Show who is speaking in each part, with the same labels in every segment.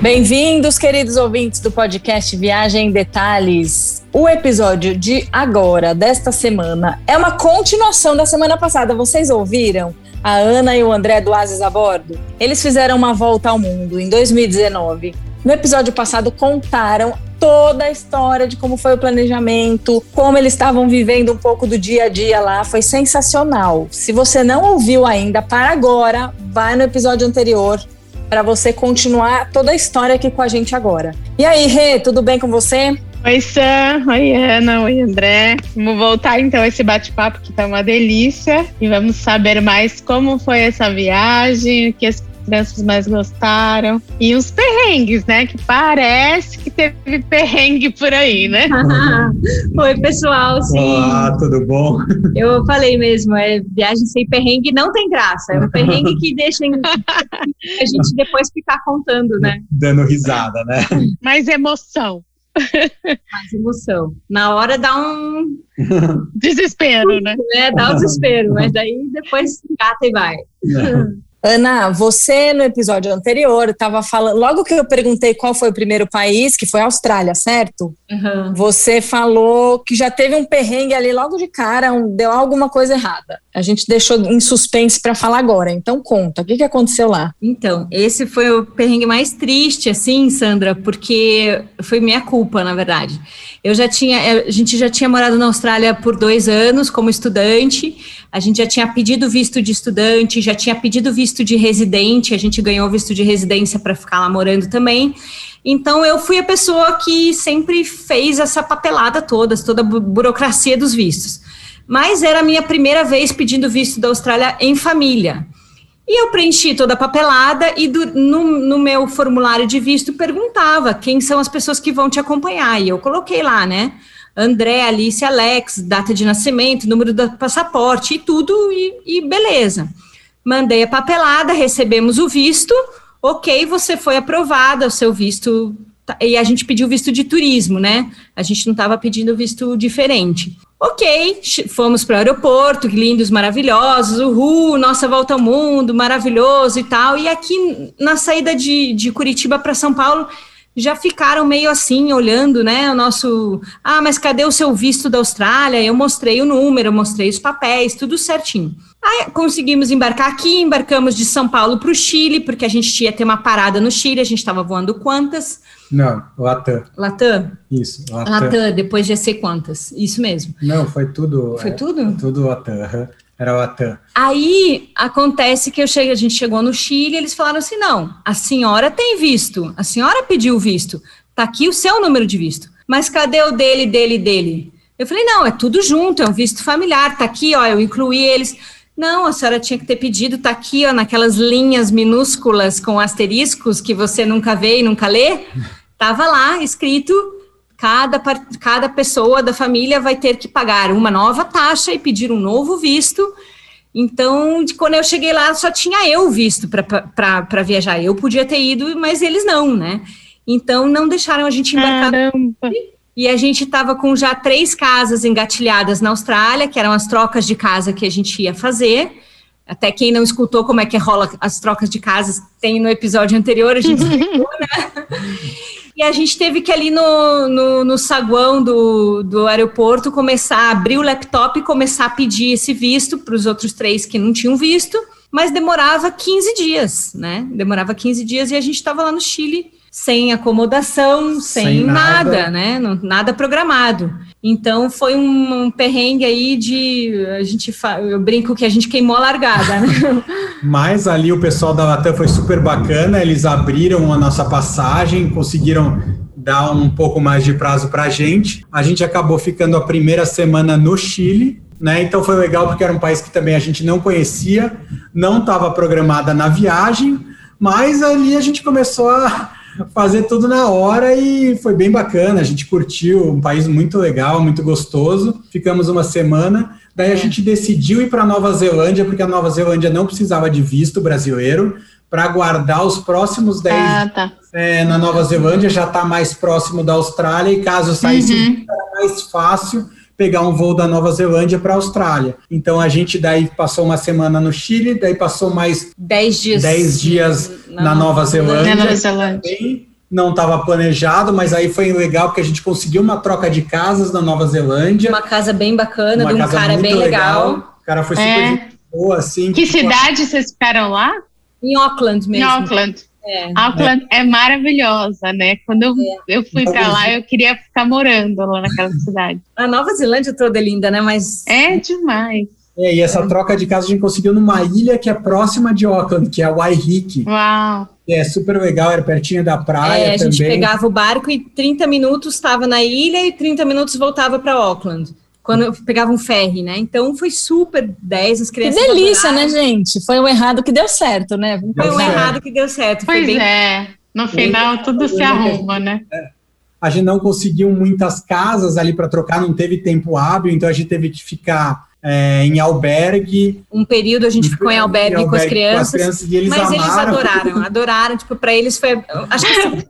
Speaker 1: Bem-vindos, queridos ouvintes do podcast Viagem em Detalhes. O episódio de agora, desta semana, é uma continuação da semana passada. Vocês ouviram? A Ana e o André do Ases a Bordo? Eles fizeram uma volta ao mundo em 2019. No episódio passado, contaram toda a história de como foi o planejamento, como eles estavam vivendo um pouco do dia a dia lá, foi sensacional. Se você não ouviu ainda, para agora, vai no episódio anterior para você continuar toda a história aqui com a gente agora. E aí, Rê, tudo bem com você?
Speaker 2: Oi, Sam. Oi, Ana. Oi, André. Vamos voltar então a esse bate-papo que tá uma delícia e vamos saber mais como foi essa viagem, o que as crianças mais gostaram. E os perrengues, né? Que parece que teve perrengue por aí, né?
Speaker 3: Ah, Oi, pessoal, sim.
Speaker 4: Olá, tudo bom?
Speaker 3: Eu falei mesmo, é viagem sem perrengue não tem graça. É um perrengue que deixa em- a gente depois ficar contando, né?
Speaker 4: Dando risada, né?
Speaker 2: Mais emoção,
Speaker 3: Mais emoção. Na hora dá um,
Speaker 2: desespero, né?
Speaker 3: né, dá um desespero, mas daí depois gata e vai.
Speaker 1: Ana, você no episódio anterior estava falando, logo que eu perguntei qual foi o primeiro país, que foi a Austrália, certo?
Speaker 3: Uhum.
Speaker 1: Você falou que já teve um perrengue ali logo de cara, um- deu alguma coisa errada. A gente deixou em suspense para falar agora. Então conta, o que, que aconteceu lá?
Speaker 3: Então, esse foi o perrengue mais triste, assim, Sandra, porque foi minha culpa, na verdade. Eu já tinha, eh, a gente já tinha morado na Austrália por dois anos como estudante, a gente já tinha pedido visto de estudante, já tinha pedido visto de residente, a gente ganhou visto de residência para ficar lá morando também. Então, eu fui a pessoa que sempre fez essa papelada toda, toda a bu- burocracia dos vistos. Mas era a minha primeira vez pedindo visto da Austrália em família. E eu preenchi toda a papelada e do- no, no meu formulário de visto perguntava quem são as pessoas que vão te acompanhar. E eu coloquei lá, né? André, Alice, Alex, data de nascimento, número do passaporte e tudo, e, e beleza. Mandei a papelada, recebemos o visto, ok, você foi aprovada, o seu visto. tá- E a gente pediu visto de turismo, né? A gente não estava pedindo visto diferente. Ok, che- fomos para o aeroporto, que lindos, maravilhosos, uhul, nossa volta ao mundo, maravilhoso e tal. E aqui na saída de, de Curitiba para São Paulo, já ficaram meio assim, olhando, né? O nosso. Ah, mas cadê o seu visto da Austrália? Eu mostrei o número, eu mostrei os papéis, tudo certinho. Aí conseguimos embarcar aqui, embarcamos de São Paulo para o Chile, porque a gente ia ter uma parada no Chile, a gente estava voando quantas?
Speaker 4: Não, Latam.
Speaker 3: Latam?
Speaker 4: Isso, Latam.
Speaker 3: Latam, depois ia ser quantas? Isso mesmo.
Speaker 4: Não, foi tudo.
Speaker 3: Foi
Speaker 4: é,
Speaker 3: tudo?
Speaker 4: Tudo Latam. aham. Era Latam.
Speaker 3: Aí acontece que eu chego, a gente chegou no Chile, eles falaram assim: não, a senhora tem visto, a senhora pediu visto, tá aqui o seu número de visto, mas cadê o dele, dele, dele? Eu falei: não, é tudo junto, é um visto familiar, tá aqui, ó, eu incluí eles. Não, a senhora tinha que ter pedido, tá aqui, ó, naquelas linhas minúsculas com asteriscos que você nunca vê e nunca lê, tava lá escrito cada, par- cada pessoa da família vai ter que pagar uma nova taxa e pedir um novo visto. Então, de quando eu cheguei lá, só tinha eu visto para viajar. Eu podia ter ido, mas eles não, né? Então, não deixaram a
Speaker 2: Ah,
Speaker 3: gente embarcar
Speaker 2: tá. Caramba.
Speaker 3: e a gente estava com já três casas engatilhadas na Austrália, que eram as trocas de casa que a gente ia fazer. Até quem não escutou como é que rola as trocas de casas, tem no episódio anterior, a gente explicou, né? E a gente teve que ali no, no, no saguão do, do aeroporto começar a abrir o laptop e começar a pedir esse visto para os outros três que não tinham visto, mas demorava 15 dias, né? Demorava 15 dias e a gente estava lá no Chile sem acomodação, sem,
Speaker 4: Sem
Speaker 3: nada,
Speaker 4: nada.
Speaker 3: né? Não- nada programado. Então foi um, um perrengue aí de a gente fa- eu brinco que a gente queimou a largada, né?
Speaker 4: Mas ali o pessoal da Latam foi super bacana, eles abriram a nossa passagem, conseguiram dar um pouco mais de prazo pra gente. A gente acabou ficando a primeira semana no Chile, né? Então foi legal porque era um país que também a gente não conhecia, não estava programada na viagem, mas ali a gente começou a fazer tudo na hora e foi bem bacana, a gente curtiu, um país muito legal, muito gostoso. Ficamos uma semana Daí a gente decidiu ir para Nova Zelândia, porque a Nova Zelândia não precisava de visto brasileiro. Para guardar os próximos 10
Speaker 2: Ah, tá.
Speaker 4: é, na Nova Zelândia, já está mais próximo da Austrália, e caso saísse, era mais fácil pegar um voo da Nova Zelândia para a Austrália. Então a gente daí passou uma semana no Chile, daí passou mais
Speaker 3: Dez dias.
Speaker 4: 10 dias na Nova
Speaker 2: Na Né,
Speaker 4: Zelândia.
Speaker 2: Nova Zelândia.
Speaker 4: também, não estava planejado, mas aí foi legal porque a gente conseguiu uma troca de casas na Nova Zelândia.
Speaker 3: Uma casa bem bacana, de um
Speaker 4: casa
Speaker 3: cara
Speaker 4: muito
Speaker 3: bem legal.
Speaker 4: O cara foi super
Speaker 2: É.
Speaker 4: gente boa, assim.
Speaker 2: Que
Speaker 4: tipo,
Speaker 2: cidade vocês ficaram lá?
Speaker 3: Em Auckland
Speaker 2: Em
Speaker 3: mesmo.
Speaker 2: Auckland.
Speaker 3: É.
Speaker 2: Auckland é maravilhosa, né? Quando eu, eu fui pra lá, eu queria ficar morando lá naquela cidade.
Speaker 3: A Nova Zelândia toda é linda, né? Mas
Speaker 2: É demais.
Speaker 4: é, e essa troca de casas a gente conseguiu numa ilha que é próxima de Auckland, que é Waiheke.
Speaker 2: Uau.
Speaker 4: que É super legal, era pertinho da praia
Speaker 3: é, a gente
Speaker 4: Ah, também.
Speaker 3: pegava o barco e 30 minutos estava na ilha e 30 minutos voltava para Auckland. Quando eu pegava um ferry, né? Então foi super 10 as
Speaker 1: Que
Speaker 3: crianças.
Speaker 1: delícia, né, gente? Foi o errado que deu certo, né? Vamos
Speaker 3: Foi
Speaker 4: Deu
Speaker 3: um
Speaker 1: combinar.
Speaker 4: certo.
Speaker 3: errado que deu certo. Foi
Speaker 2: Pois
Speaker 3: bem
Speaker 2: é. No final tudo se arruma, né?
Speaker 4: A gente não conseguiu muitas casas ali para trocar, não teve tempo hábil, então a gente teve que ficar é, em albergue.
Speaker 3: um período, a gente ficou em albergue, com as crianças.
Speaker 4: e eles
Speaker 3: mas eles
Speaker 4: amaram.
Speaker 3: adoraram, adoraram. Tipo, para eles foi. Acho que assim,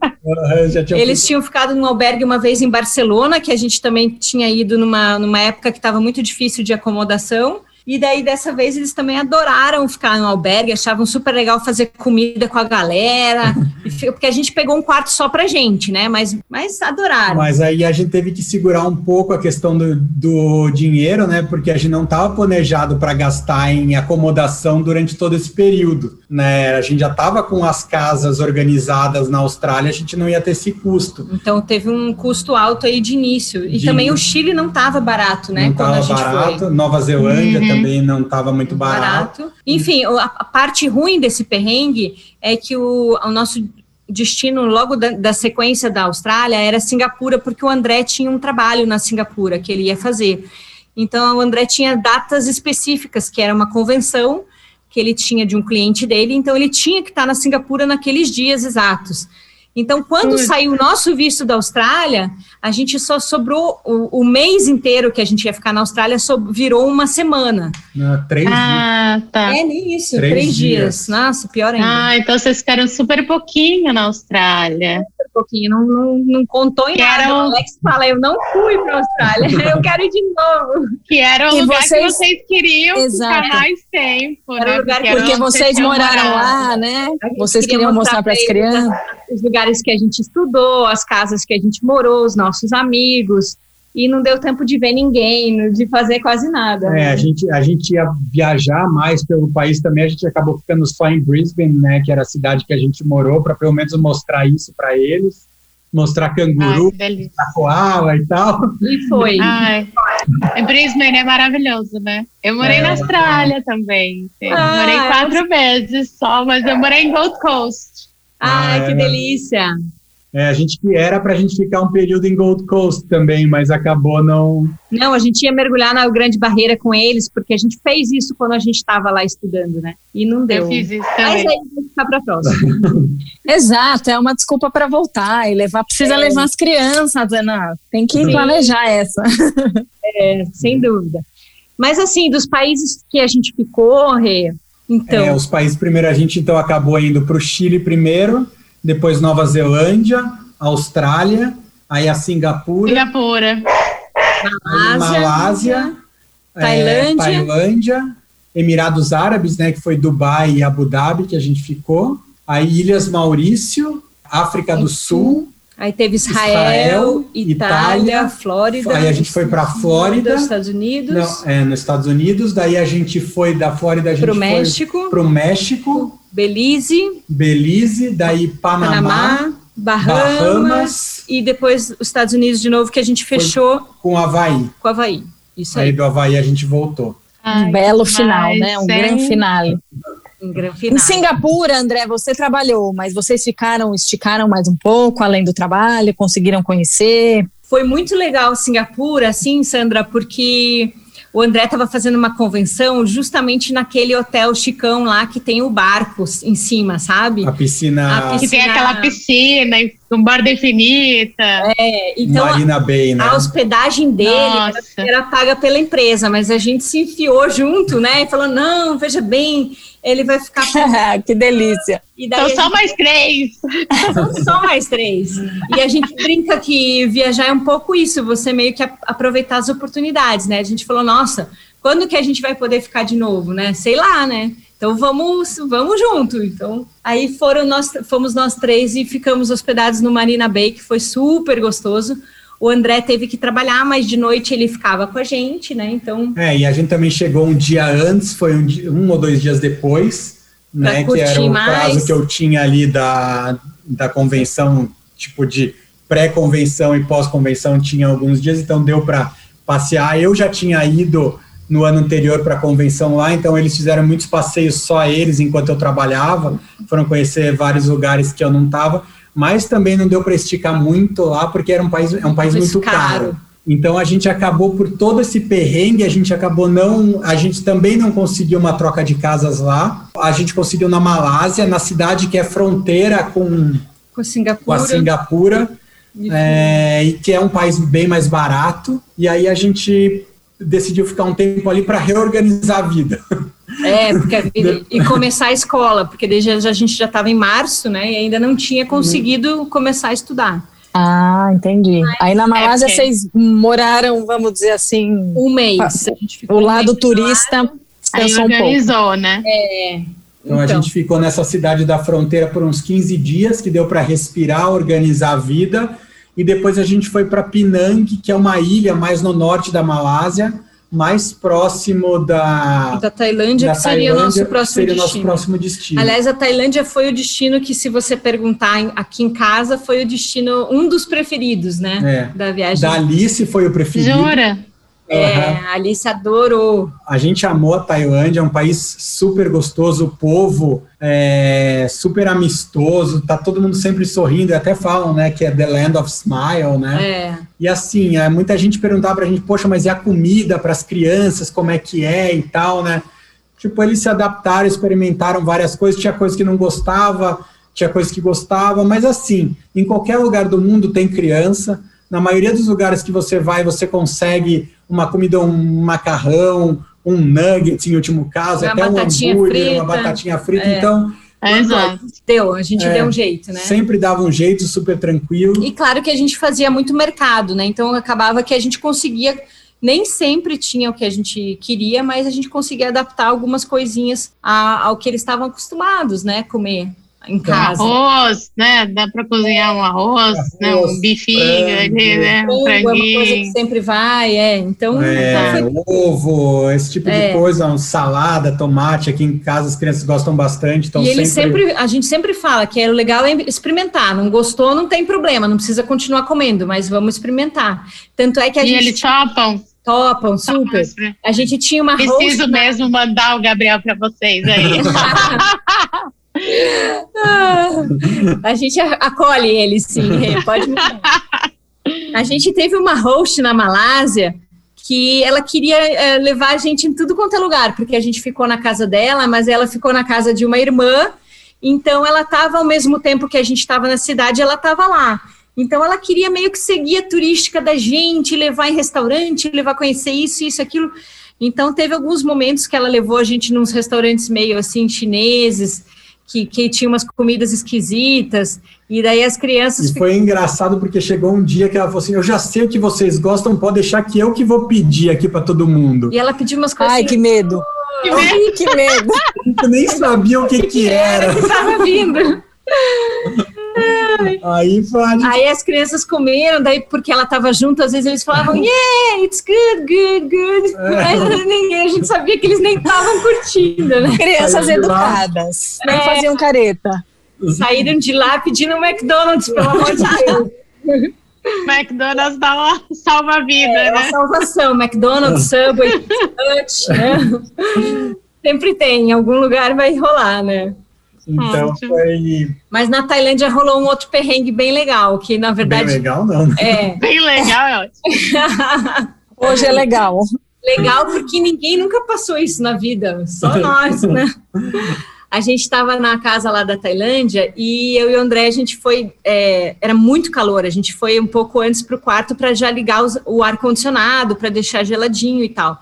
Speaker 4: Aham, já tinha
Speaker 3: Eles tinham ficado num albergue uma vez em Barcelona, que a gente também tinha ido numa, numa época que estava muito difícil de acomodação. E daí, dessa vez, eles também adoraram ficar no albergue, achavam super legal fazer comida com a galera, e fi- porque a gente pegou um quarto só pra gente, né? Mas, mas adoraram.
Speaker 4: Mas aí a gente teve que segurar um pouco a questão do, do dinheiro, né? Porque a gente não estava planejado para gastar em acomodação durante todo esse período, né? A gente já estava com as casas organizadas na Austrália, a gente não ia ter esse custo.
Speaker 3: Então teve um custo alto aí de início. E
Speaker 4: De
Speaker 3: também
Speaker 4: início.
Speaker 3: o Chile não estava barato, né?
Speaker 4: não
Speaker 3: quando a
Speaker 4: estava
Speaker 3: gente foi.
Speaker 4: barato, Nova Zelândia
Speaker 2: Uhum.
Speaker 4: também não estava muito barato.
Speaker 3: barato. Enfim, o- a, a parte ruim desse perrengue é que o, o nosso destino logo da, da sequência da Austrália era Singapura, porque o André tinha um trabalho na Singapura que ele ia fazer. Então, o André tinha datas específicas, que era uma convenção que ele tinha de um cliente dele, então ele tinha que estar na Singapura naqueles dias exatos. Então, quando
Speaker 2: Putz.
Speaker 3: saiu o nosso visto da Austrália, a gente só sobrou o, o mês inteiro que a gente ia ficar na Austrália, so- virou uma semana.
Speaker 4: né? Três dias.
Speaker 2: Ah, tá.
Speaker 3: É, nem isso,
Speaker 4: Três
Speaker 3: três, dias.
Speaker 4: dias.
Speaker 3: Nossa, pior ainda.
Speaker 2: Ah, então vocês ficaram super pouquinho na Austrália.
Speaker 3: Um pouquinho, não, não, não contou em
Speaker 2: Quero-
Speaker 3: nada. O Alex fala, eu não fui pra Austrália, eu quero ir de novo.
Speaker 2: Que era o
Speaker 1: E
Speaker 2: lugar que
Speaker 1: vocês-
Speaker 2: vocês queriam
Speaker 1: Exato.
Speaker 2: ficar mais tempo,
Speaker 3: Era
Speaker 2: né?
Speaker 3: o lugar
Speaker 2: era
Speaker 1: Porque
Speaker 2: onde
Speaker 1: vocês
Speaker 2: tinham
Speaker 1: moraram
Speaker 2: morado.
Speaker 1: lá, né?
Speaker 3: A gente
Speaker 1: Vocês
Speaker 3: um queria
Speaker 1: queriam mostrar para
Speaker 3: pra
Speaker 1: as
Speaker 3: eles
Speaker 1: crianças.
Speaker 3: Os lugares que a gente estudou, as casas que a gente morou, os nossos amigos. E não deu tempo de ver ninguém, de fazer quase nada.
Speaker 4: É, a gente, a gente ia viajar mais pelo país também, a gente acabou ficando só em Brisbane, né, que era a cidade que a gente morou, para pelo menos mostrar isso para eles, mostrar
Speaker 2: Ai,
Speaker 4: canguru,
Speaker 2: que delícia.
Speaker 4: koala e tal.
Speaker 3: E foi.
Speaker 2: Ai, é, Brisbane é maravilhoso, né? Eu morei
Speaker 4: É.
Speaker 2: na Austrália também. Eu
Speaker 3: Ah,
Speaker 2: morei
Speaker 3: eu
Speaker 2: quatro vezes só, mas eu morei em Gold Coast.
Speaker 3: Ai,
Speaker 4: Ah,
Speaker 3: que
Speaker 4: é.
Speaker 3: delícia.
Speaker 4: É, a gente que era para a gente ficar um período em Gold Coast também, mas acabou não.
Speaker 3: Não, a gente ia mergulhar na Grande Barreira com eles, porque a gente fez isso quando a gente estava lá estudando, né? E não deu.
Speaker 2: Eu fiz isso
Speaker 3: Mas
Speaker 2: também.
Speaker 3: aí vai ficar pra próxima.
Speaker 1: Exato, é uma desculpa para voltar e levar. Precisa levar as crianças, Ana. Tem que
Speaker 4: Sim.
Speaker 1: planejar essa. Um
Speaker 4: Uhum.
Speaker 3: sem dúvida. Mas assim, dos países que a gente ficou, Rê, então,
Speaker 4: É, os países primeiro a gente então acabou indo para o Chile primeiro, depois Nova Zelândia, Austrália, aí a Singapura,
Speaker 2: Singapura.
Speaker 4: aí Malásia, é,
Speaker 3: Tailândia.
Speaker 4: Tailândia, Emirados Árabes, né, que foi Dubai e Abu Dhabi que a gente ficou, aí Ilhas Maurício, África do Sul,
Speaker 3: aí teve Israel,
Speaker 4: Israel,
Speaker 3: Itália,
Speaker 4: Itália,
Speaker 3: Flórida.
Speaker 4: aí a gente foi para Flórida,
Speaker 3: Estados Unidos,
Speaker 4: não, é, nos Estados Unidos, daí a gente foi da Flórida a gente
Speaker 3: para o
Speaker 4: foi
Speaker 3: México,
Speaker 4: pro México,
Speaker 3: Belize,
Speaker 4: Belize, daí Panamá,
Speaker 3: Panamá, Bahamas,
Speaker 4: Bahamas
Speaker 3: e depois os Estados Unidos de novo, que a gente fechou
Speaker 4: com Havaí.
Speaker 3: com o Havaí. Isso
Speaker 4: Aí
Speaker 3: aí,
Speaker 4: do Havaí a gente voltou.
Speaker 1: Um
Speaker 2: Ai,
Speaker 1: belo
Speaker 2: que
Speaker 1: final,
Speaker 2: demais,
Speaker 1: né? Um
Speaker 2: hein?
Speaker 1: grande final.
Speaker 3: em grande
Speaker 1: Em
Speaker 3: final.
Speaker 1: Singapura, André, você trabalhou, mas vocês ficaram, esticaram mais um pouco, além do trabalho, conseguiram conhecer.
Speaker 3: Foi muito legal Singapura, assim, Sandra, porque o André estava fazendo uma convenção justamente naquele hotel chicão lá que tem o barco em cima, sabe?
Speaker 4: A piscina
Speaker 3: A
Speaker 2: Que tem
Speaker 3: Piscina-
Speaker 2: aquela piscina com borda infinita.
Speaker 3: É, então a,
Speaker 4: Marina Bay, né?
Speaker 3: a hospedagem dele
Speaker 2: Nossa.
Speaker 3: era paga pela empresa, mas a gente se enfiou junto, né? E falou: não, veja bem, ele vai ficar.
Speaker 1: Tá que delícia.
Speaker 3: E
Speaker 2: Então
Speaker 3: daí a
Speaker 2: só mais três.
Speaker 3: São só mais três. E a gente brinca que viajar é um pouco isso, você meio que a- aproveitar as oportunidades, né? A gente falou, nossa, quando que a gente vai poder ficar de novo, né? Sei lá, né? Então vamos, vamos junto. Então aí foram nós, fomos nós três e ficamos hospedados no Marina Bay, que foi super gostoso. O André teve que trabalhar, mas de noite ele ficava com a gente, né? Então
Speaker 4: É, e a gente também chegou um dia antes, foi um, di- um ou dois dias depois,
Speaker 3: Pra
Speaker 4: né? Que
Speaker 3: curtir
Speaker 4: era o
Speaker 3: mais.
Speaker 4: prazo que eu tinha ali da, da convenção, tipo de pré-convenção e pós-convenção, tinha alguns dias, então deu para passear. Eu já tinha ido no ano anterior para a convenção lá, então eles fizeram muitos passeios só eles enquanto eu trabalhava, foram conhecer vários lugares que eu não estava, mas também não deu para esticar muito lá, porque era um país, é um país
Speaker 3: Mas
Speaker 4: muito
Speaker 3: caro.
Speaker 4: caro. Então a gente acabou por todo esse perrengue, a gente acabou não, a gente também não conseguiu uma troca de casas lá. A gente conseguiu na Malásia, na cidade que é fronteira com,
Speaker 3: com
Speaker 4: com a
Speaker 3: Singapura.
Speaker 4: Singapura, é, e que é um país bem mais barato. E aí a gente decidiu ficar um tempo ali para reorganizar a vida.
Speaker 3: É, porque a vida- e começar a escola, porque desde a gente já estava em março, né? E ainda não tinha conseguido começar a estudar.
Speaker 1: Ah, entendi. Aí na Malásia
Speaker 2: porque-
Speaker 1: vocês moraram, vamos dizer assim,
Speaker 3: Um mês.
Speaker 1: Ah,
Speaker 3: A gente ficou
Speaker 1: o
Speaker 3: um
Speaker 1: lado
Speaker 3: mês
Speaker 1: turista
Speaker 2: Aí
Speaker 1: descansou um pouco.
Speaker 2: organizou, né?
Speaker 4: Então, a gente ficou nessa cidade da fronteira por uns 15 dias, que deu para respirar, organizar a vida. E depois a gente foi para Pinang, que é uma ilha mais no norte da Malásia, mais próximo da,
Speaker 3: da Tailândia,
Speaker 4: da
Speaker 3: é que seria o
Speaker 4: Tailândia,
Speaker 3: nosso
Speaker 4: que
Speaker 3: próximo
Speaker 4: seria o nosso
Speaker 3: destino.
Speaker 4: próximo destino.
Speaker 3: Aliás, a Tailândia foi o destino que, se você perguntar em- aqui em casa, foi o destino, um dos preferidos, né?
Speaker 4: É.
Speaker 3: Da viagem.
Speaker 4: Da Alice foi o preferido.
Speaker 2: Jura?
Speaker 3: É,
Speaker 4: Aham.
Speaker 3: a Alice adorou.
Speaker 4: A gente amou a Tailândia, é um país super gostoso, o povo é super amistoso, tá todo mundo sempre sorrindo, e até falam, né, que é the land of smile, né?
Speaker 3: É.
Speaker 4: E assim, é, muita gente perguntava pra gente, poxa, mas e a comida para as crianças, como é que é e tal, né? Tipo, eles se adaptaram, experimentaram várias coisas, tinha coisa que não gostava, tinha coisa que gostava, mas assim, em qualquer lugar do mundo tem criança. Na maioria dos lugares que você vai, você consegue uma comida, um macarrão, um nugget, em último caso,
Speaker 3: Uma
Speaker 4: até um
Speaker 3: batatinha
Speaker 4: hambúrguer,
Speaker 3: frita.
Speaker 4: uma batatinha frita.
Speaker 3: É.
Speaker 4: Então,
Speaker 2: É, Exato.
Speaker 3: Deu, a gente
Speaker 4: É.
Speaker 3: deu um jeito, né?
Speaker 4: sempre dava um jeito, super tranquilo.
Speaker 3: E claro que a gente fazia muito mercado, né? Então acabava que a gente conseguia. Nem sempre tinha o que a gente queria, mas a gente conseguia adaptar algumas coisinhas a- ao que eles estavam acostumados, né? Comer em casa.
Speaker 2: Arroz, né? Dá pra cozinhar um arroz, né? Um
Speaker 4: Arroz,
Speaker 2: bifinho ali,
Speaker 4: frango.
Speaker 2: né? Um
Speaker 3: Frango é uma coisa que
Speaker 2: franguinho.
Speaker 3: sempre vai, é. Então,
Speaker 4: É, ovo, esse tipo
Speaker 3: É.
Speaker 4: de coisa, salada, tomate. Aqui em casa as crianças gostam bastante, então
Speaker 3: e ele
Speaker 4: sempre,
Speaker 3: sempre, a gente sempre fala que é, o legal é experimentar. Não gostou, não tem problema, não precisa continuar comendo, mas vamos experimentar. Tanto é que a
Speaker 2: E
Speaker 3: gente
Speaker 2: eles chopam.
Speaker 3: topam um super.
Speaker 2: Super.
Speaker 3: A gente tinha uma
Speaker 2: Preciso
Speaker 3: host,
Speaker 2: mesmo mandar o Gabriel pra vocês aí.
Speaker 3: a gente a- acolhe eles sim, é, pode mandar. A gente teve uma host na Malásia que ela queria eh, levar a gente em tudo quanto é lugar, porque a gente ficou na casa dela, mas ela ficou na casa de uma irmã, então ela estava ao mesmo tempo que a gente estava na cidade, ela estava lá. Então ela queria meio que seguir a turística da gente, levar em restaurante, levar a conhecer isso, isso, aquilo. Então teve alguns momentos que ela levou a gente nos restaurantes meio assim chineses, que, que tinha umas comidas esquisitas, e daí as crianças
Speaker 4: E foi engraçado porque chegou um dia que ela falou assim: Eu já sei o que vocês gostam, pode deixar que eu que vou pedir aqui para todo mundo.
Speaker 3: E ela pediu umas coisas
Speaker 1: Ai, que medo. Ai, que medo.
Speaker 4: Eu nem sabia o que, que era.
Speaker 3: que tava vindo.
Speaker 4: Aí foi, a gente-
Speaker 3: Aí as crianças comeram, daí porque ela tava junto, às vezes eles falavam, yeah, it's good, good, good. Mas ninguém, a gente sabia que eles nem estavam curtindo, né?
Speaker 1: Crianças
Speaker 4: Saiu de lá.
Speaker 1: educadas. Não faziam careta.
Speaker 3: Saíram de lá pedindo um McDonald's, pelo amor de Deus.
Speaker 2: McDonald's dá uma salva-vida, né?
Speaker 3: É uma salvação. McDonald's, Subway, Dutch, né? Sempre tem, em algum lugar vai rolar, né?
Speaker 4: então
Speaker 2: ótimo.
Speaker 4: foi
Speaker 3: Mas na Tailândia rolou um outro perrengue bem legal, que na
Speaker 4: bem
Speaker 3: verdade
Speaker 4: legal, não. né?
Speaker 3: é
Speaker 2: Bem legal, é ótimo.
Speaker 1: Hoje é legal.
Speaker 3: Legal porque ninguém nunca passou isso na vida, só nós, né? A gente estava na casa lá da Tailândia e eu e o André, a gente foi. é, era muito calor, a gente foi um pouco antes para o quarto para já ligar os- o ar-condicionado, para deixar geladinho e tal.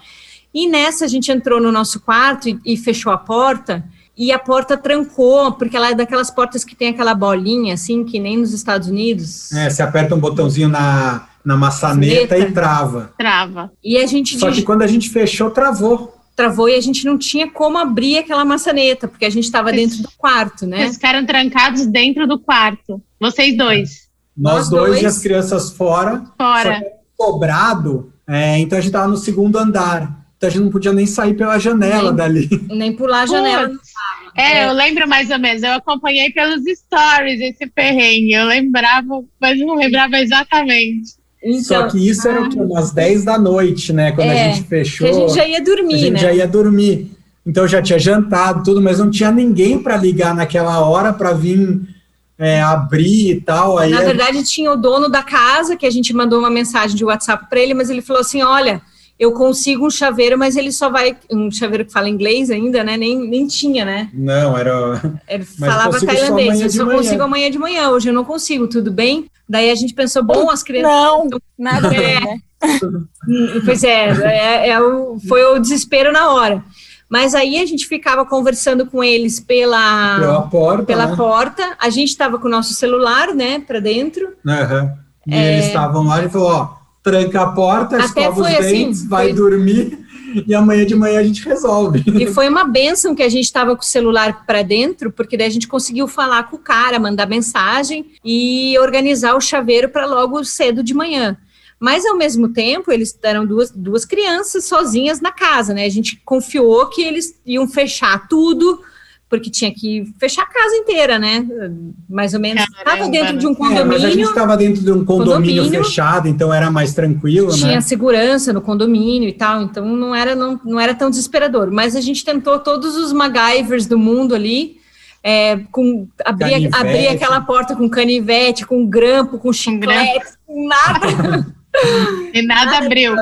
Speaker 3: E nessa a gente entrou no nosso quarto e, e fechou a porta. E a porta trancou, porque ela é daquelas portas que tem aquela bolinha, assim, que nem nos Estados Unidos.
Speaker 4: É, você aperta um botãozinho na, na maçaneta
Speaker 3: Maçaneta.
Speaker 4: e trava.
Speaker 2: Trava.
Speaker 3: E a gente
Speaker 4: Só que quando a gente fechou, travou.
Speaker 3: travou e a gente não tinha como abrir aquela maçaneta, porque a gente estava
Speaker 2: Vocês-
Speaker 3: dentro do quarto, né?
Speaker 2: Vocês ficaram trancados dentro do quarto. Vocês dois.
Speaker 4: Nós
Speaker 3: Nós
Speaker 4: dois,
Speaker 3: dois.
Speaker 4: e as crianças fora,
Speaker 2: Fora.
Speaker 4: Só que é cobrado, é, então a gente tava no segundo andar. Então a gente não podia nem sair pela janela
Speaker 3: Nem.
Speaker 4: dali.
Speaker 3: Nem pular a janela.
Speaker 2: Putz. É, eu lembro mais ou menos. Eu acompanhei pelos stories esse perrengue. Eu lembrava, mas não lembrava exatamente.
Speaker 4: Só
Speaker 3: Então,
Speaker 4: que isso era o quê? umas 10 da noite, né? Quando
Speaker 3: É,
Speaker 4: a gente fechou,
Speaker 3: porque a gente já ia dormir, né?
Speaker 4: já ia dormir. Então já tinha jantado, tudo, mas não tinha ninguém para ligar naquela hora para vir é, abrir e tal. Aí é
Speaker 3: Na
Speaker 4: a-
Speaker 3: verdade, tinha o dono da casa que a gente mandou uma mensagem de WhatsApp para ele, mas ele falou assim: olha, eu consigo um chaveiro, mas ele só vai. Um chaveiro que fala inglês ainda, né? Nem, nem tinha, né?
Speaker 4: Não, era.
Speaker 3: Ele
Speaker 4: Mas eu
Speaker 3: falava
Speaker 4: consigo só
Speaker 3: tailandês,
Speaker 4: amanhã
Speaker 3: eu
Speaker 4: de
Speaker 3: só
Speaker 4: manhã."
Speaker 3: consigo amanhã de manhã, hoje eu não consigo, tudo bem? Daí a gente pensou, bom, as crianças.
Speaker 1: Não, nada bem,
Speaker 3: é.
Speaker 1: né?
Speaker 3: Hum, Pois é, é- é o- foi o desespero na hora. Mas aí a gente ficava conversando com eles pela,
Speaker 4: Pela porta.
Speaker 3: Ah, pela
Speaker 4: né?
Speaker 3: porta, a gente estava com o nosso celular, né, para dentro.
Speaker 4: Aham. E eles estavam lá e falou, ó, tranca a porta,
Speaker 3: É. Até
Speaker 4: escova os
Speaker 3: foi assim,
Speaker 4: dentes, vai
Speaker 3: foi-
Speaker 4: dormir e amanhã de manhã a gente resolve.
Speaker 3: E foi uma benção que a gente estava com o celular para dentro, porque daí a gente conseguiu falar com o cara, mandar mensagem e organizar o chaveiro para logo cedo de manhã. Mas ao mesmo tempo, eles eram duas, duas crianças sozinhas na casa, né? A gente confiou que eles iam fechar tudo, porque tinha que fechar a casa inteira, né? Mais ou menos.
Speaker 2: Caramba,
Speaker 3: Estava dentro de um
Speaker 4: É, mas a gente
Speaker 3: condomínio,
Speaker 4: estava dentro de um condomínio,
Speaker 3: Condomínio.
Speaker 4: fechado, então era mais tranquilo,
Speaker 3: tinha
Speaker 4: né?
Speaker 3: segurança no condomínio e tal, então não era, não, não era tão desesperador. Mas a gente tentou todos os MacGyvers do mundo ali, é, com, abrir,
Speaker 4: Canivete.
Speaker 3: abrir aquela porta com canivete, com grampo, com chiclete, com nada.
Speaker 2: E nada abriu.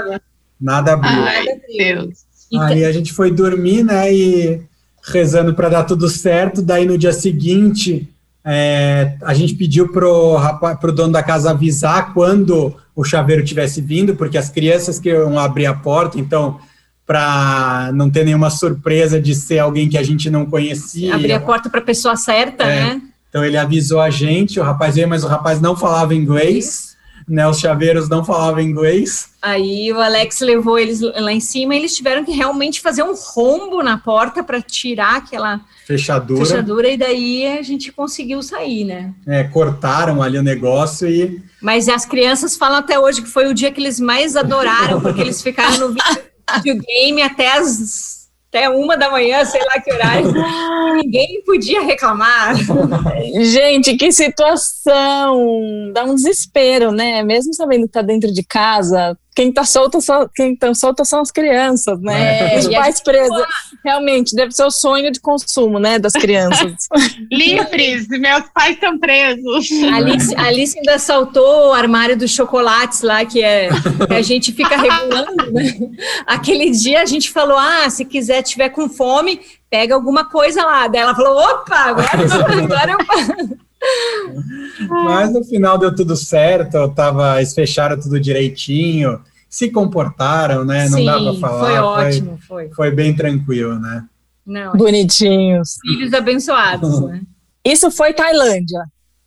Speaker 4: Nada abriu.
Speaker 3: Ah,
Speaker 2: Ai, Deus.
Speaker 3: Então,
Speaker 4: Aí a gente foi dormir, né? E rezando para dar tudo certo. Daí no dia seguinte, é, a gente pediu pro, rapaz, pro dono da casa avisar quando o chaveiro tivesse vindo, porque as crianças que iam abrir a porta, então, para não ter nenhuma surpresa de ser alguém que a gente não conhecia.
Speaker 3: abrir a porta para a pessoa certa,
Speaker 4: É.
Speaker 3: né?
Speaker 4: Então ele avisou a gente, o rapaz veio, mas o rapaz não falava inglês, né? Os chaveiros não falavam inglês.
Speaker 3: Aí o Alex levou eles lá em cima e eles tiveram que realmente fazer um rombo na porta para tirar aquela
Speaker 4: Fechadura.
Speaker 3: fechadura e daí a gente conseguiu sair, né?
Speaker 4: né, cortaram ali o negócio e
Speaker 3: Mas as crianças falam até hoje que foi o dia que eles mais adoraram, porque eles ficaram no videogame até as até uma da manhã, sei lá que horário. Ninguém podia reclamar.
Speaker 1: Gente, que situação! Dá um desespero, né? Mesmo sabendo que tá dentro de casa, quem tá solto, só- quem tá solto são as crianças, né?
Speaker 3: É,
Speaker 1: Os
Speaker 3: e a
Speaker 1: pais presos. Realmente, deve ser o sonho de consumo, né, das crianças.
Speaker 2: Livres, meus pais estão presos.
Speaker 3: A Alice, a Alice ainda saltou o armário dos chocolates lá, que, é, que a gente fica regulando. né? Aquele dia a gente falou: ah, se quiser, tiver com fome, pega alguma coisa lá. Daí ela falou: opa, agora, agora eu
Speaker 4: Mas no final deu tudo certo, eu tava, eles fecharam tudo direitinho, se comportaram, né? Não dá pra falar.
Speaker 3: foi ótimo, foi.
Speaker 4: foi bem tranquilo, né?
Speaker 3: Não,
Speaker 1: Bonitinhos.
Speaker 3: filhos abençoados, né?
Speaker 1: Isso foi Tailândia.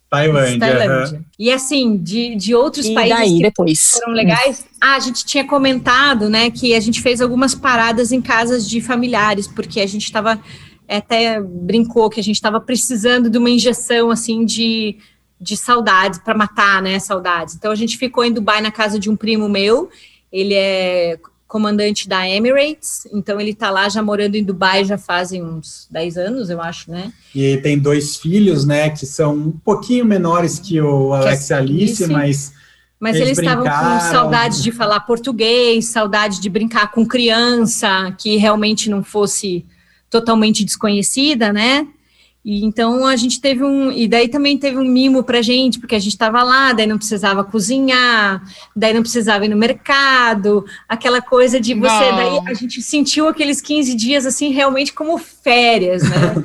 Speaker 4: Tailândia. aham.
Speaker 3: Tailândia. E assim, de, de outros
Speaker 1: E
Speaker 3: países
Speaker 1: daí,
Speaker 3: que
Speaker 1: depois.
Speaker 3: foram legais, ah, a gente tinha comentado, né, que a gente fez algumas paradas em casas de familiares, porque a gente estava, até brincou que a gente estava precisando de uma injeção, assim, de, de saudades, para matar, né, saudades. Então a gente ficou em Dubai na casa de um primo meu, ele é comandante da Emirates, então ele tá lá já morando em Dubai já fazem uns 10 anos, eu acho, né?
Speaker 4: E tem dois filhos, né? Que são um pouquinho menores que o Alex e a Alice,
Speaker 3: Alice.
Speaker 4: mas
Speaker 3: Mas
Speaker 4: Eles
Speaker 3: eles, estavam com
Speaker 4: brincaram.
Speaker 3: saudade de falar português, saudade de brincar com criança, que realmente não fosse totalmente desconhecida, né? E então a gente teve um. E daí também teve um mimo pra gente, porque a gente estava lá, daí não precisava cozinhar, daí não precisava ir no mercado, aquela coisa de você.
Speaker 2: Não.
Speaker 3: Daí a gente sentiu aqueles 15 dias assim, realmente como férias, né?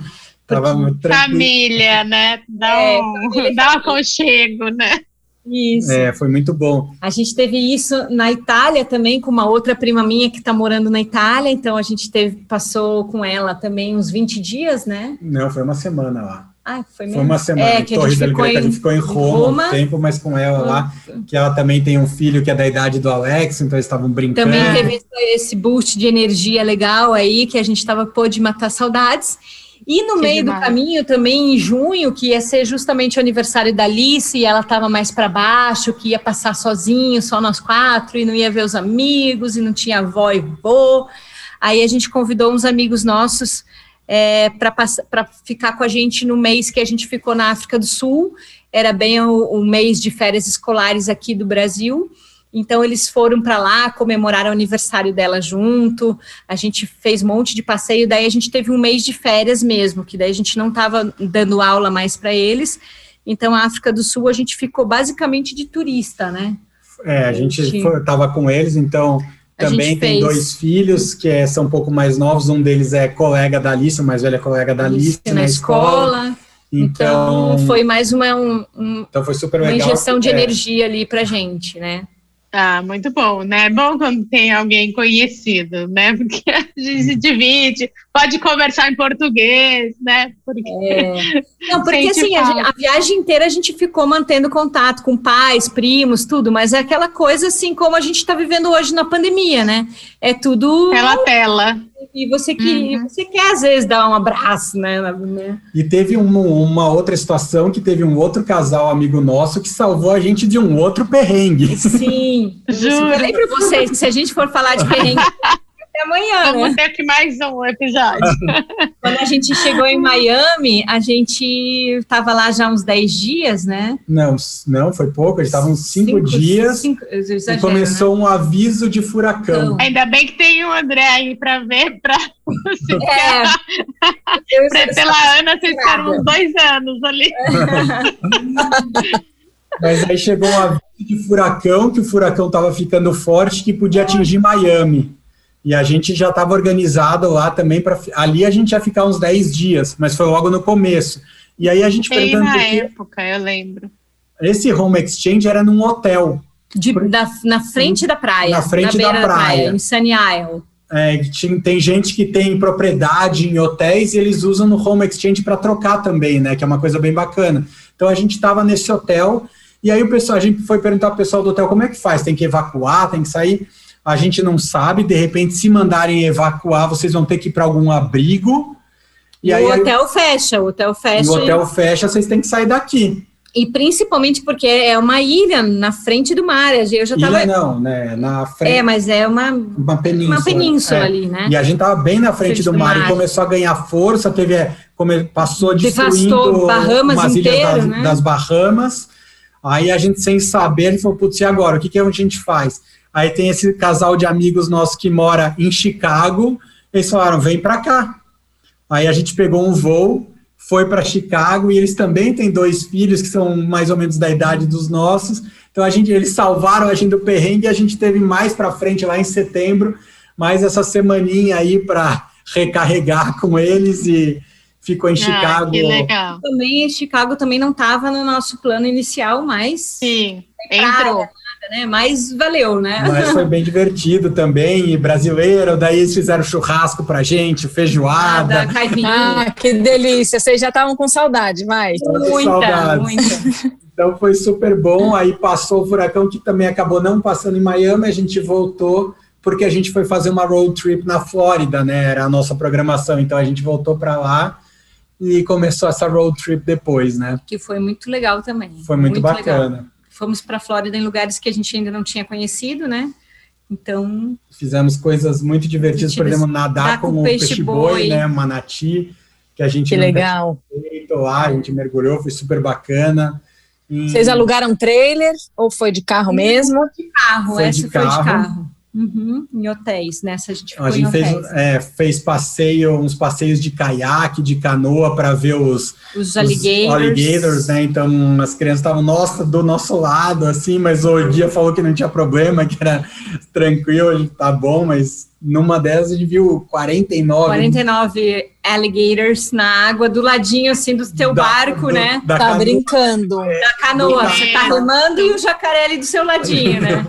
Speaker 4: tava muito tranquilo.
Speaker 2: Família, né? Dá
Speaker 3: É,
Speaker 2: um, dá um aconchego, né?
Speaker 3: Isso.
Speaker 4: É, foi muito bom.
Speaker 3: A gente teve isso na Itália também, com uma outra prima minha que está morando na Itália, então a gente teve, passou com ela também uns 20 dias, né?
Speaker 4: Não, foi uma semana lá.
Speaker 3: Ah, foi
Speaker 4: Foi
Speaker 3: mesmo.
Speaker 4: uma semana.
Speaker 3: É, que a
Speaker 4: Torre
Speaker 3: gente
Speaker 4: del
Speaker 3: ficou
Speaker 4: Greco, a
Speaker 3: em-
Speaker 4: gente ficou em Roma,
Speaker 3: Roma.
Speaker 4: um tempo, mas com ela lá, que ela também tem um filho que é da idade do Alex, então eles estavam brincando.
Speaker 3: Também teve esse- esse boost de energia legal aí, que a gente tava pôde matar saudades. E no
Speaker 2: Que
Speaker 3: meio
Speaker 2: demais.
Speaker 3: do caminho, também em junho, que ia ser justamente o aniversário da Alice, e ela tava mais para baixo, que ia passar sozinho, só nós quatro, e não ia ver os amigos, e não tinha avó e vô. Aí a gente convidou uns amigos nossos é, para ficar com a gente no mês que a gente ficou na África do Sul. Era bem o, o mês de férias escolares aqui do Brasil. Então eles foram para lá, comemoraram o aniversário dela junto. A gente fez um monte de passeio. Daí a gente teve um mês de férias mesmo, que daí a gente não estava dando aula mais para eles. Então a África do Sul a gente ficou basicamente de turista, né?
Speaker 4: É, a gente
Speaker 3: Gente.
Speaker 4: foi, tava com eles, então
Speaker 3: A gente
Speaker 4: também tem
Speaker 3: fez.
Speaker 4: dois filhos que é- são um pouco mais novos, um deles é colega da Alice, o mais velho é colega da Alice
Speaker 3: Isso, na escola. Então
Speaker 4: Então, então, foi,
Speaker 3: foi mais uma um- um,
Speaker 4: super
Speaker 3: uma
Speaker 4: legal.
Speaker 3: injeção de
Speaker 4: É,
Speaker 3: energia ali pra gente, né?
Speaker 2: Ah, muito bom, né? É bom quando tem alguém conhecido, né? Porque a gente
Speaker 4: Uhum.
Speaker 2: se divide, pode conversar em português, né? Porque
Speaker 4: É.
Speaker 3: Não, porque
Speaker 2: Sente
Speaker 3: assim, a,
Speaker 2: falta.
Speaker 3: gente- a viagem inteira a gente ficou mantendo contato com pais, primos, tudo, mas é aquela coisa assim como a gente está vivendo hoje na pandemia, né? É tudo
Speaker 2: pela tela.
Speaker 3: e você que você quer às vezes dar um abraço, né? na- né?
Speaker 4: E teve um- uma outra situação que teve um outro casal amigo nosso que salvou a gente de um outro perrengue.
Speaker 3: Sim.
Speaker 2: Juro.
Speaker 3: Eu falei pra vocês que se a gente for falar de perrengue até amanhã, né?
Speaker 2: Vamos ter aqui mais um episódio.
Speaker 3: Quando a gente chegou em Miami, a gente tava lá já uns 10 dias, né?
Speaker 4: Não, não, foi pouco, eles estavam uns cinco, dias
Speaker 3: cinco- eu
Speaker 4: e
Speaker 3: exagero, né?
Speaker 4: começou um aviso de furacão.
Speaker 2: Ainda bem que tem o André aí pra ver, pra,
Speaker 3: né? É. Eu
Speaker 2: pra-
Speaker 3: exagero.
Speaker 2: pela Ana, vocês ficaram uns dois anos ali.
Speaker 4: Mas aí chegou um aviso de furacão, que o furacão estava ficando forte, que podia atingir Miami. E a gente já estava organizado lá também para ali a gente ia ficar uns 10 dias, mas foi logo no começo. É, E aí a gente
Speaker 2: Bem
Speaker 4: perguntando
Speaker 2: na
Speaker 4: que
Speaker 2: época, eu lembro.
Speaker 4: esse home exchange era num hotel,
Speaker 3: De- da- na frente da praia.
Speaker 4: Na frente da
Speaker 3: beira
Speaker 4: praia.
Speaker 3: Em Sunny Isle.
Speaker 4: é, que tinha- tem gente que tem propriedade em hotéis e eles usam no home exchange para trocar também, né? Que é uma coisa bem bacana. Então a gente estava nesse hotel e aí o pessoal, a gente foi perguntar pro pessoal do hotel como é que faz, tem que evacuar, tem que sair. A gente não sabe, de repente, se mandarem evacuar, vocês vão ter que ir para algum abrigo. E,
Speaker 3: E
Speaker 4: aí
Speaker 3: o hotel fecha, o hotel
Speaker 4: e
Speaker 3: fecha.
Speaker 4: o hotel fecha, vocês têm que sair daqui.
Speaker 3: E principalmente porque é uma ilha na frente do mar. Eu já tava.
Speaker 4: Ilha não, né? Na frente,
Speaker 3: é, mas é uma,
Speaker 4: uma península.
Speaker 3: uma península
Speaker 4: É.
Speaker 3: ali, né?
Speaker 4: E a gente tava bem na frente
Speaker 3: Frente
Speaker 4: do
Speaker 3: do
Speaker 4: mar, e
Speaker 3: mar.
Speaker 4: começou a ganhar força, teve, é, come- passou
Speaker 3: Devastou
Speaker 4: destruindo
Speaker 3: Bahamas
Speaker 4: umas ilhas
Speaker 3: inteiro,
Speaker 4: das,
Speaker 3: né?
Speaker 4: das Bahamas. Aí a gente sem saber, ele falou, putz, e agora? O que, que a gente faz? Aí tem esse casal de amigos nossos que mora em Chicago, eles falaram, vem pra cá. Aí a gente pegou um voo, foi para Chicago, e eles também têm dois filhos que são mais ou menos da idade dos nossos, então a gente, eles salvaram a gente do perrengue e a gente teve mais para frente lá em setembro, mais essa semaninha aí para recarregar com eles e ficou em
Speaker 2: Ah,
Speaker 4: Chicago.
Speaker 2: que legal.
Speaker 3: Também Chicago também não estava no nosso plano inicial, mas,
Speaker 2: Sim,
Speaker 3: praia,
Speaker 2: entrou.
Speaker 3: né, mas valeu, né?
Speaker 4: Mas foi bem divertido também, e brasileiro, daí eles fizeram churrasco pra gente, feijoada.
Speaker 3: Nada, caipirinha.
Speaker 1: Ah, que delícia. Vocês já estavam com saudade, vai.
Speaker 2: Ah,
Speaker 4: que
Speaker 3: muita,
Speaker 4: saudades.
Speaker 3: muita.
Speaker 4: Então foi super bom. Aí passou o furacão que também acabou não passando em Miami, a gente voltou porque a gente foi fazer uma road trip na Flórida, né? Era a nossa programação. Então a gente voltou para lá e começou essa road trip depois, né?
Speaker 3: Que foi muito legal também.
Speaker 4: Foi muito,
Speaker 3: legal.
Speaker 4: bacana.
Speaker 3: Fomos para a Flórida em lugares que a gente ainda não tinha conhecido, né? Então,
Speaker 4: Fizemos coisas muito divertidas, por
Speaker 3: Divertidas.
Speaker 4: exemplo, nadar
Speaker 3: Nadar
Speaker 4: com,
Speaker 3: com
Speaker 4: o
Speaker 3: peixe
Speaker 4: peixe-boi,
Speaker 3: boi.
Speaker 4: né? Manati, que a gente
Speaker 1: Que
Speaker 4: nunca
Speaker 1: legal.
Speaker 4: tinha feito lá, a gente mergulhou, foi super bacana. E
Speaker 1: Vocês alugaram um trailer ou foi de carro mesmo?
Speaker 3: carro,
Speaker 4: Foi de
Speaker 3: essa foi
Speaker 4: carro.
Speaker 3: de carro. Uhum, em hotéis, nessa a gente ficou
Speaker 4: A gente
Speaker 3: em
Speaker 4: fez,
Speaker 3: hotéis.
Speaker 4: é, fez passeio, uns passeios de caiaque, de canoa, para ver os,
Speaker 3: Os
Speaker 4: Os
Speaker 3: alligators.
Speaker 4: alligators, né? Então as crianças estavam, nossa, do nosso lado, assim, mas o dia falou que não tinha problema, que era tranquilo, a gente tá bom, mas numa dessas a gente viu 49.
Speaker 3: 49 alligators na água, do ladinho, assim, do teu
Speaker 4: da-
Speaker 3: barco,
Speaker 4: do-
Speaker 3: né?
Speaker 4: Da
Speaker 1: Tá
Speaker 4: canoa.
Speaker 1: brincando.
Speaker 3: Da canoa,
Speaker 4: do-
Speaker 3: você tá remando e o jacaré ali do seu ladinho, né?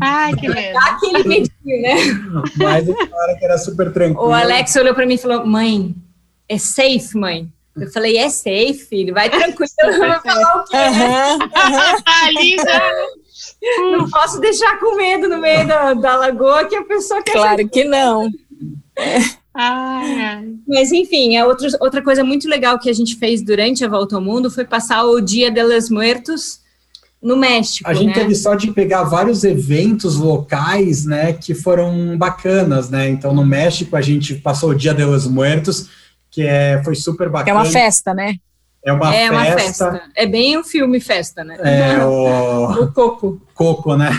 Speaker 2: Ai, que medo.
Speaker 3: Dá aquele medinho, né?
Speaker 4: Mas a gente fala que era super tranquilo.
Speaker 3: O Alex olhou pra mim e falou, mãe, é safe, mãe? Eu falei, é safe, filho, vai tranquilo, eu vou falar o quê?
Speaker 2: Ah, Linda!
Speaker 3: Não posso deixar com medo no meio da, da lagoa que a pessoa quer
Speaker 1: Claro que não.
Speaker 2: Ah,
Speaker 3: Mas enfim, a outra, outra coisa muito legal que a gente fez durante a volta ao mundo foi passar o Dia de los Muertos no México,
Speaker 4: A gente
Speaker 3: né?
Speaker 4: teve só de pegar vários eventos locais, né, que foram bacanas, né? Então no México a gente passou o Dia de los Muertos, que é, foi super
Speaker 1: Que é
Speaker 4: bacana.
Speaker 1: uma festa, né?
Speaker 4: É uma
Speaker 3: é uma
Speaker 4: festa.
Speaker 3: festa. É bem um filme festa, né?
Speaker 4: É, o
Speaker 3: O Coco.
Speaker 4: coco, né?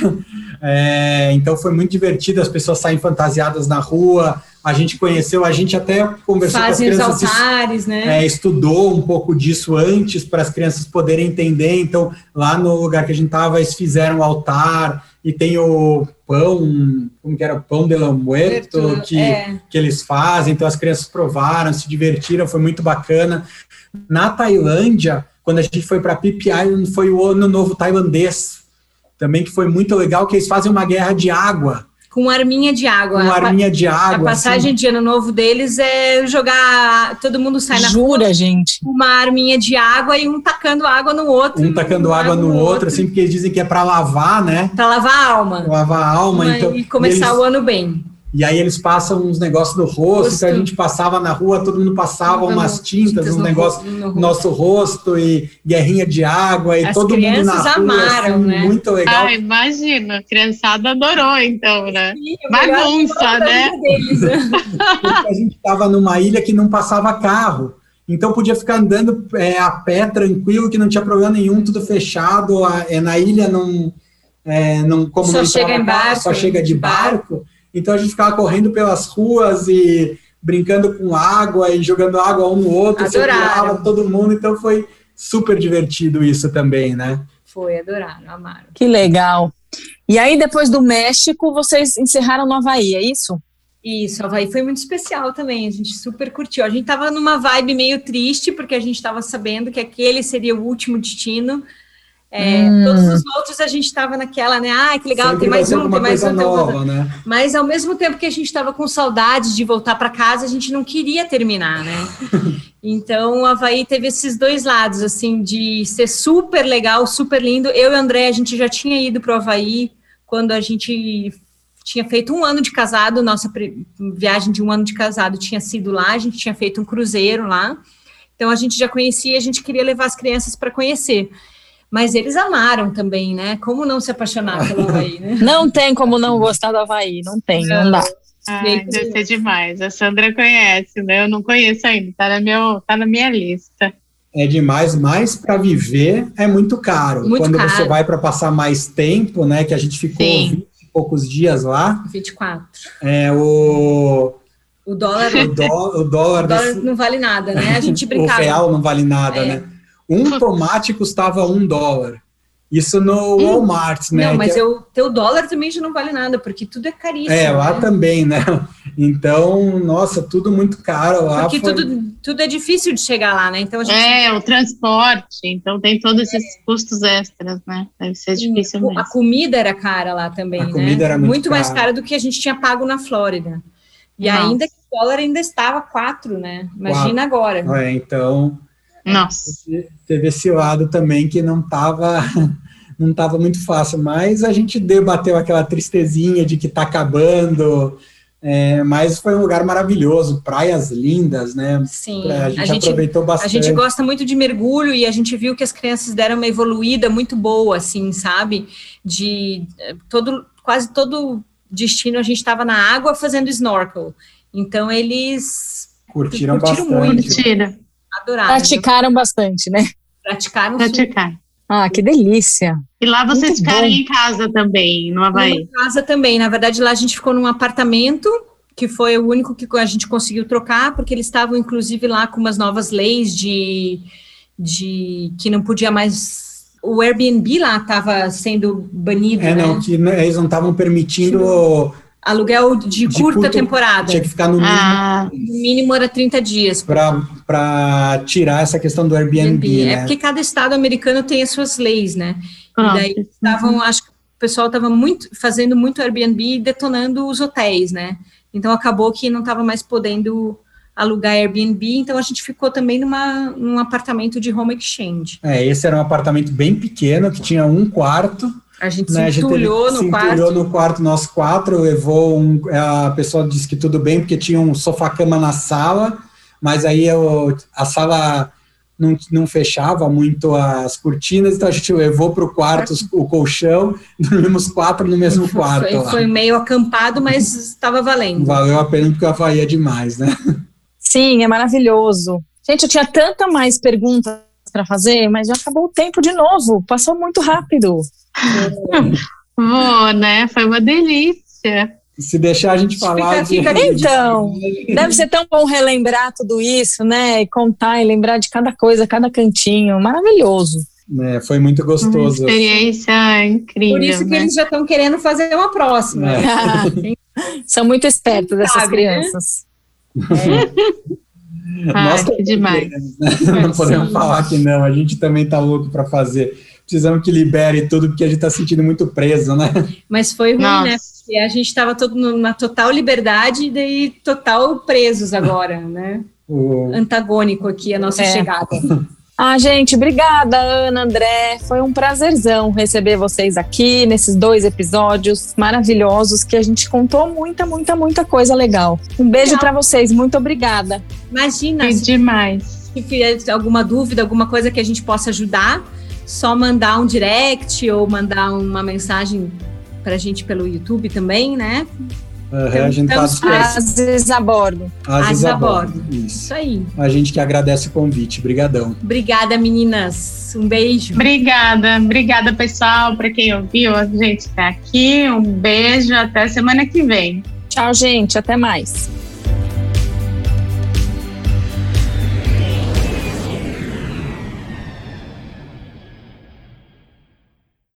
Speaker 4: É, então foi muito divertido, as pessoas saem fantasiadas na rua, a gente conheceu, a gente até conversou
Speaker 3: Fazem
Speaker 4: com as
Speaker 3: os
Speaker 4: crianças. es-
Speaker 3: altares, né?
Speaker 4: é, estudou um pouco disso antes para as crianças poderem entender. Então, lá no lugar que a gente estava, eles fizeram o altar e tem o pão, como que era? Pão de la Muerto, que,
Speaker 3: É.
Speaker 4: que eles fazem. Então, as crianças provaram, se divertiram, foi muito bacana. Na Tailândia, quando a gente foi para Phi Island, um foi o ano novo tailandês. Também que foi muito legal, que eles fazem uma guerra de água,
Speaker 3: Com arminha de água.
Speaker 4: uma
Speaker 3: A pa-
Speaker 4: arminha de
Speaker 3: a,
Speaker 4: água. assim.
Speaker 3: passagem de ano novo deles é jogar. Todo mundo sai na rua
Speaker 1: Jura, gente?
Speaker 3: com uma arminha de água e um tacando água no outro.
Speaker 4: um tacando água no outro, assim, porque eles dizem que é para lavar, né?
Speaker 3: Pra lavar a alma.
Speaker 4: lavar a alma, então,
Speaker 3: e começar
Speaker 4: eles-
Speaker 3: o ano bem.
Speaker 4: e aí eles passam uns negócios no rosto,
Speaker 3: Rosto.
Speaker 4: então a gente passava na rua, todo mundo passava
Speaker 3: Vamos,
Speaker 4: umas tintas, uns
Speaker 3: no
Speaker 4: negócios
Speaker 3: rosto, no
Speaker 4: no
Speaker 3: rosto.
Speaker 4: nosso rosto e guerrinha de água e
Speaker 3: As
Speaker 4: todo mundo na
Speaker 3: crianças
Speaker 4: rua,
Speaker 3: amaram,
Speaker 4: assim,
Speaker 3: né?
Speaker 4: muito legal.
Speaker 2: ah, imagina, a criançada adorou, então, né?
Speaker 3: Sim, é
Speaker 2: Bagunça,
Speaker 3: melhor
Speaker 2: né?
Speaker 3: deles, né?
Speaker 4: porque a gente estava numa ilha que não passava carro. Então podia ficar andando é, a pé tranquilo, que não tinha problema nenhum, tudo fechado. a- é, na ilha não. é, não como
Speaker 3: Só
Speaker 4: não
Speaker 3: chega
Speaker 4: entrava
Speaker 3: em
Speaker 4: carro,
Speaker 3: barco,
Speaker 4: só chega de
Speaker 3: de barco.
Speaker 4: barco. Então a gente ficava correndo pelas ruas e brincando com água e jogando água um no outro,
Speaker 3: Adoraram.
Speaker 4: segurava todo mundo. Então foi super divertido isso também, né?
Speaker 3: Foi, adoraram, amaram.
Speaker 1: Que legal. E aí, depois do México, vocês encerraram no Havaí, é isso?
Speaker 3: Isso, Havaí foi muito especial também, a gente super curtiu. A gente tava numa vibe meio triste, porque a gente tava sabendo que aquele seria o último destino. É,
Speaker 1: Hum.
Speaker 3: Todos os outros a gente tava naquela, né? Ah, que legal,
Speaker 4: Sempre
Speaker 3: tem
Speaker 4: vai
Speaker 3: mais
Speaker 4: ser
Speaker 3: um,
Speaker 4: alguma
Speaker 3: tem mais
Speaker 4: coisa
Speaker 3: um, tem mais um.
Speaker 4: nova, né?
Speaker 3: Mas ao mesmo tempo que a gente estava com saudades de voltar para casa, a gente não queria terminar, né? Então o Havaí teve esses dois lados, assim, de ser super legal, super lindo. Eu e o André, a gente já tinha ido para o Havaí quando a gente tinha feito um ano de casado, nossa pri- viagem de um ano de casado tinha sido lá, a gente tinha feito um cruzeiro lá. Então a gente já conhecia, a gente queria levar as crianças para conhecer. Mas eles amaram também, né? Como não se apaixonar pelo Havaí, né?
Speaker 1: Não tem como não gostar do Havaí, não tem, não dá.
Speaker 2: Ai, deve ser demais. A Sandra conhece, né? Eu não conheço ainda, tá na, meu, tá na minha lista.
Speaker 4: é demais, mas para viver é muito caro.
Speaker 3: Muito
Speaker 4: Quando
Speaker 3: caro.
Speaker 4: você vai para passar mais tempo, né, que a gente ficou
Speaker 2: Sim.
Speaker 4: 20 e poucos dias lá,
Speaker 3: 24.
Speaker 4: é o,
Speaker 3: O dólar,
Speaker 4: o, dó- o
Speaker 3: o dólar
Speaker 4: dólar, desse-
Speaker 3: não vale nada, né? A gente
Speaker 4: o
Speaker 3: brincava.
Speaker 4: real não vale nada,
Speaker 3: É.
Speaker 4: né? Um tomate custava um dólar. Isso no Walmart, né?
Speaker 3: Hum. Não, mas
Speaker 4: que é-
Speaker 3: eu, teu dólar também já não vale nada, porque tudo é caríssimo.
Speaker 4: é, lá
Speaker 3: né?
Speaker 4: também, né? Então, nossa, tudo muito caro tá, lá.
Speaker 3: Porque
Speaker 4: foi-
Speaker 3: tudo, tudo é difícil de chegar lá, né? Então a gente.
Speaker 2: É, o transporte, então tem todos esses custos extras, né? Deve ser difícil
Speaker 3: A
Speaker 2: mesmo.
Speaker 3: comida era cara lá também,
Speaker 4: A
Speaker 3: né?
Speaker 4: comida era muito
Speaker 3: mais
Speaker 4: cara.
Speaker 3: cara do que a gente tinha pago na Flórida. E
Speaker 1: Nossa.
Speaker 3: ainda que o dólar ainda estava 4, né? Imagina agora.
Speaker 4: É, então,
Speaker 2: Nossa.
Speaker 4: teve esse lado também que não tava não tava muito fácil, mas a gente debateu aquela tristezinha de que tá acabando, é, mas foi um lugar maravilhoso, praias lindas, né?
Speaker 3: Sim.
Speaker 4: Pra- a, gente aproveitou
Speaker 3: A
Speaker 4: bastante.
Speaker 3: gente gosta muito de mergulho e a gente viu que as crianças deram uma evoluída muito boa, assim, sabe? De eh, todo, quase todo destino a gente estava na água fazendo snorkel. Então eles
Speaker 4: curtiram,
Speaker 3: curtiram
Speaker 4: bastante.
Speaker 3: muito.
Speaker 2: Mentira,
Speaker 3: adoraram,
Speaker 1: Praticaram bastante, né?
Speaker 3: praticaram super.
Speaker 2: praticar.
Speaker 1: Ah, que delícia.
Speaker 2: E lá vocês
Speaker 1: Muito
Speaker 2: ficaram
Speaker 1: bom.
Speaker 2: em casa também, no Havaí.
Speaker 3: Numa casa também. Na verdade, lá a gente ficou num apartamento que foi o único que a gente conseguiu trocar, porque eles estavam, inclusive, lá com umas novas leis de, de que não podia mais. O Airbnb lá estava sendo banido,
Speaker 4: É,
Speaker 3: né?
Speaker 4: não, que não- eles não estavam permitindo,
Speaker 3: Aluguel de,
Speaker 4: De
Speaker 3: curta
Speaker 4: curto-
Speaker 3: temporada.
Speaker 4: tinha que ficar no mínimo
Speaker 2: Ah,
Speaker 3: No mínimo era 30 dias.
Speaker 4: pra para tirar essa questão do Airbnb,
Speaker 3: É
Speaker 4: né?
Speaker 3: porque cada estado americano tem as suas leis, né?
Speaker 2: pronto.
Speaker 3: E daí
Speaker 4: Uhum.
Speaker 3: estavam, acho que o pessoal estava muito fazendo muito Airbnb e detonando os hotéis, né? Então acabou que não estava mais podendo alugar Airbnb, então a gente ficou também numa, num apartamento de home exchange.
Speaker 4: É, esse era um apartamento bem pequeno, que tinha um quarto,
Speaker 3: A gente
Speaker 4: né, a
Speaker 3: se
Speaker 4: gente teve-
Speaker 3: entulhou
Speaker 4: se
Speaker 3: no
Speaker 4: entulhou
Speaker 3: quarto.
Speaker 4: no quarto, nós quatro, levou um, a pessoa disse que tudo bem, porque tinha um sofá-cama na sala, mas aí eu- a sala não, não fechava muito as cortinas, então a gente levou para o quarto os- o colchão, dormimos quatro no mesmo quarto
Speaker 3: Foi,
Speaker 4: lá. Uhum.
Speaker 3: foi meio acampado, mas estava valendo.
Speaker 4: Valeu a pena porque o Havaí é demais, né?
Speaker 1: Sim, é maravilhoso. Gente, eu tinha tanta mais perguntas para fazer, mas já acabou o tempo de novo. Passou muito rápido.
Speaker 2: Vou, né? Foi uma delícia.
Speaker 4: Se deixar a gente falar...
Speaker 3: Fica-
Speaker 4: de-
Speaker 1: fica- Então. Deve ser tão bom relembrar tudo isso, né? E contar e lembrar de cada coisa, cada cantinho. Maravilhoso.
Speaker 4: né, foi muito
Speaker 2: Uma
Speaker 4: gostoso.
Speaker 2: experiência incrível.
Speaker 3: Por isso que
Speaker 2: né?
Speaker 3: eles já estão querendo fazer uma próxima.
Speaker 4: É.
Speaker 1: São muito espertas essas
Speaker 3: Sabe, né?
Speaker 1: crianças.
Speaker 2: Ah,
Speaker 4: Nós né?
Speaker 2: que demais.
Speaker 4: não podemos falar que não, a gente também tá louco para fazer. Precisamos que libere tudo, porque a gente tá sentindo muito preso, né?
Speaker 3: Mas foi ruim, né?
Speaker 2: Nossa,
Speaker 3: Porque a gente estava todo numa total liberdade e daí total presos agora, né?
Speaker 4: O- eh,
Speaker 3: Antagônico aqui a nossa
Speaker 1: É.
Speaker 3: chegada.
Speaker 1: Ah, gente, obrigada, Ana, André. Foi um prazerzão receber vocês aqui nesses dois episódios maravilhosos que a gente contou muita, muita, muita coisa legal. Um beijo
Speaker 3: Legal.
Speaker 1: para vocês. Muito obrigada.
Speaker 3: Imagina,
Speaker 2: que demais.
Speaker 3: se tiver alguma dúvida, alguma coisa que a gente possa ajudar, só mandar um direct ou mandar uma mensagem pra gente pelo YouTube também, né?
Speaker 4: Aham, a gente tá
Speaker 3: Estamos
Speaker 4: disposto.
Speaker 1: Às a bordo.
Speaker 4: Asas
Speaker 3: Asas
Speaker 4: a
Speaker 3: a bordo.
Speaker 4: bordo, Isso.
Speaker 3: Isso aí.
Speaker 4: A gente que agradece o convite. Brigadão.
Speaker 3: Obrigada, meninas. Um beijo.
Speaker 2: Obrigada, obrigada pessoal, para quem ouviu, a gente tá aqui. Um beijo, até semana que vem.
Speaker 1: Tchau, gente. Até mais.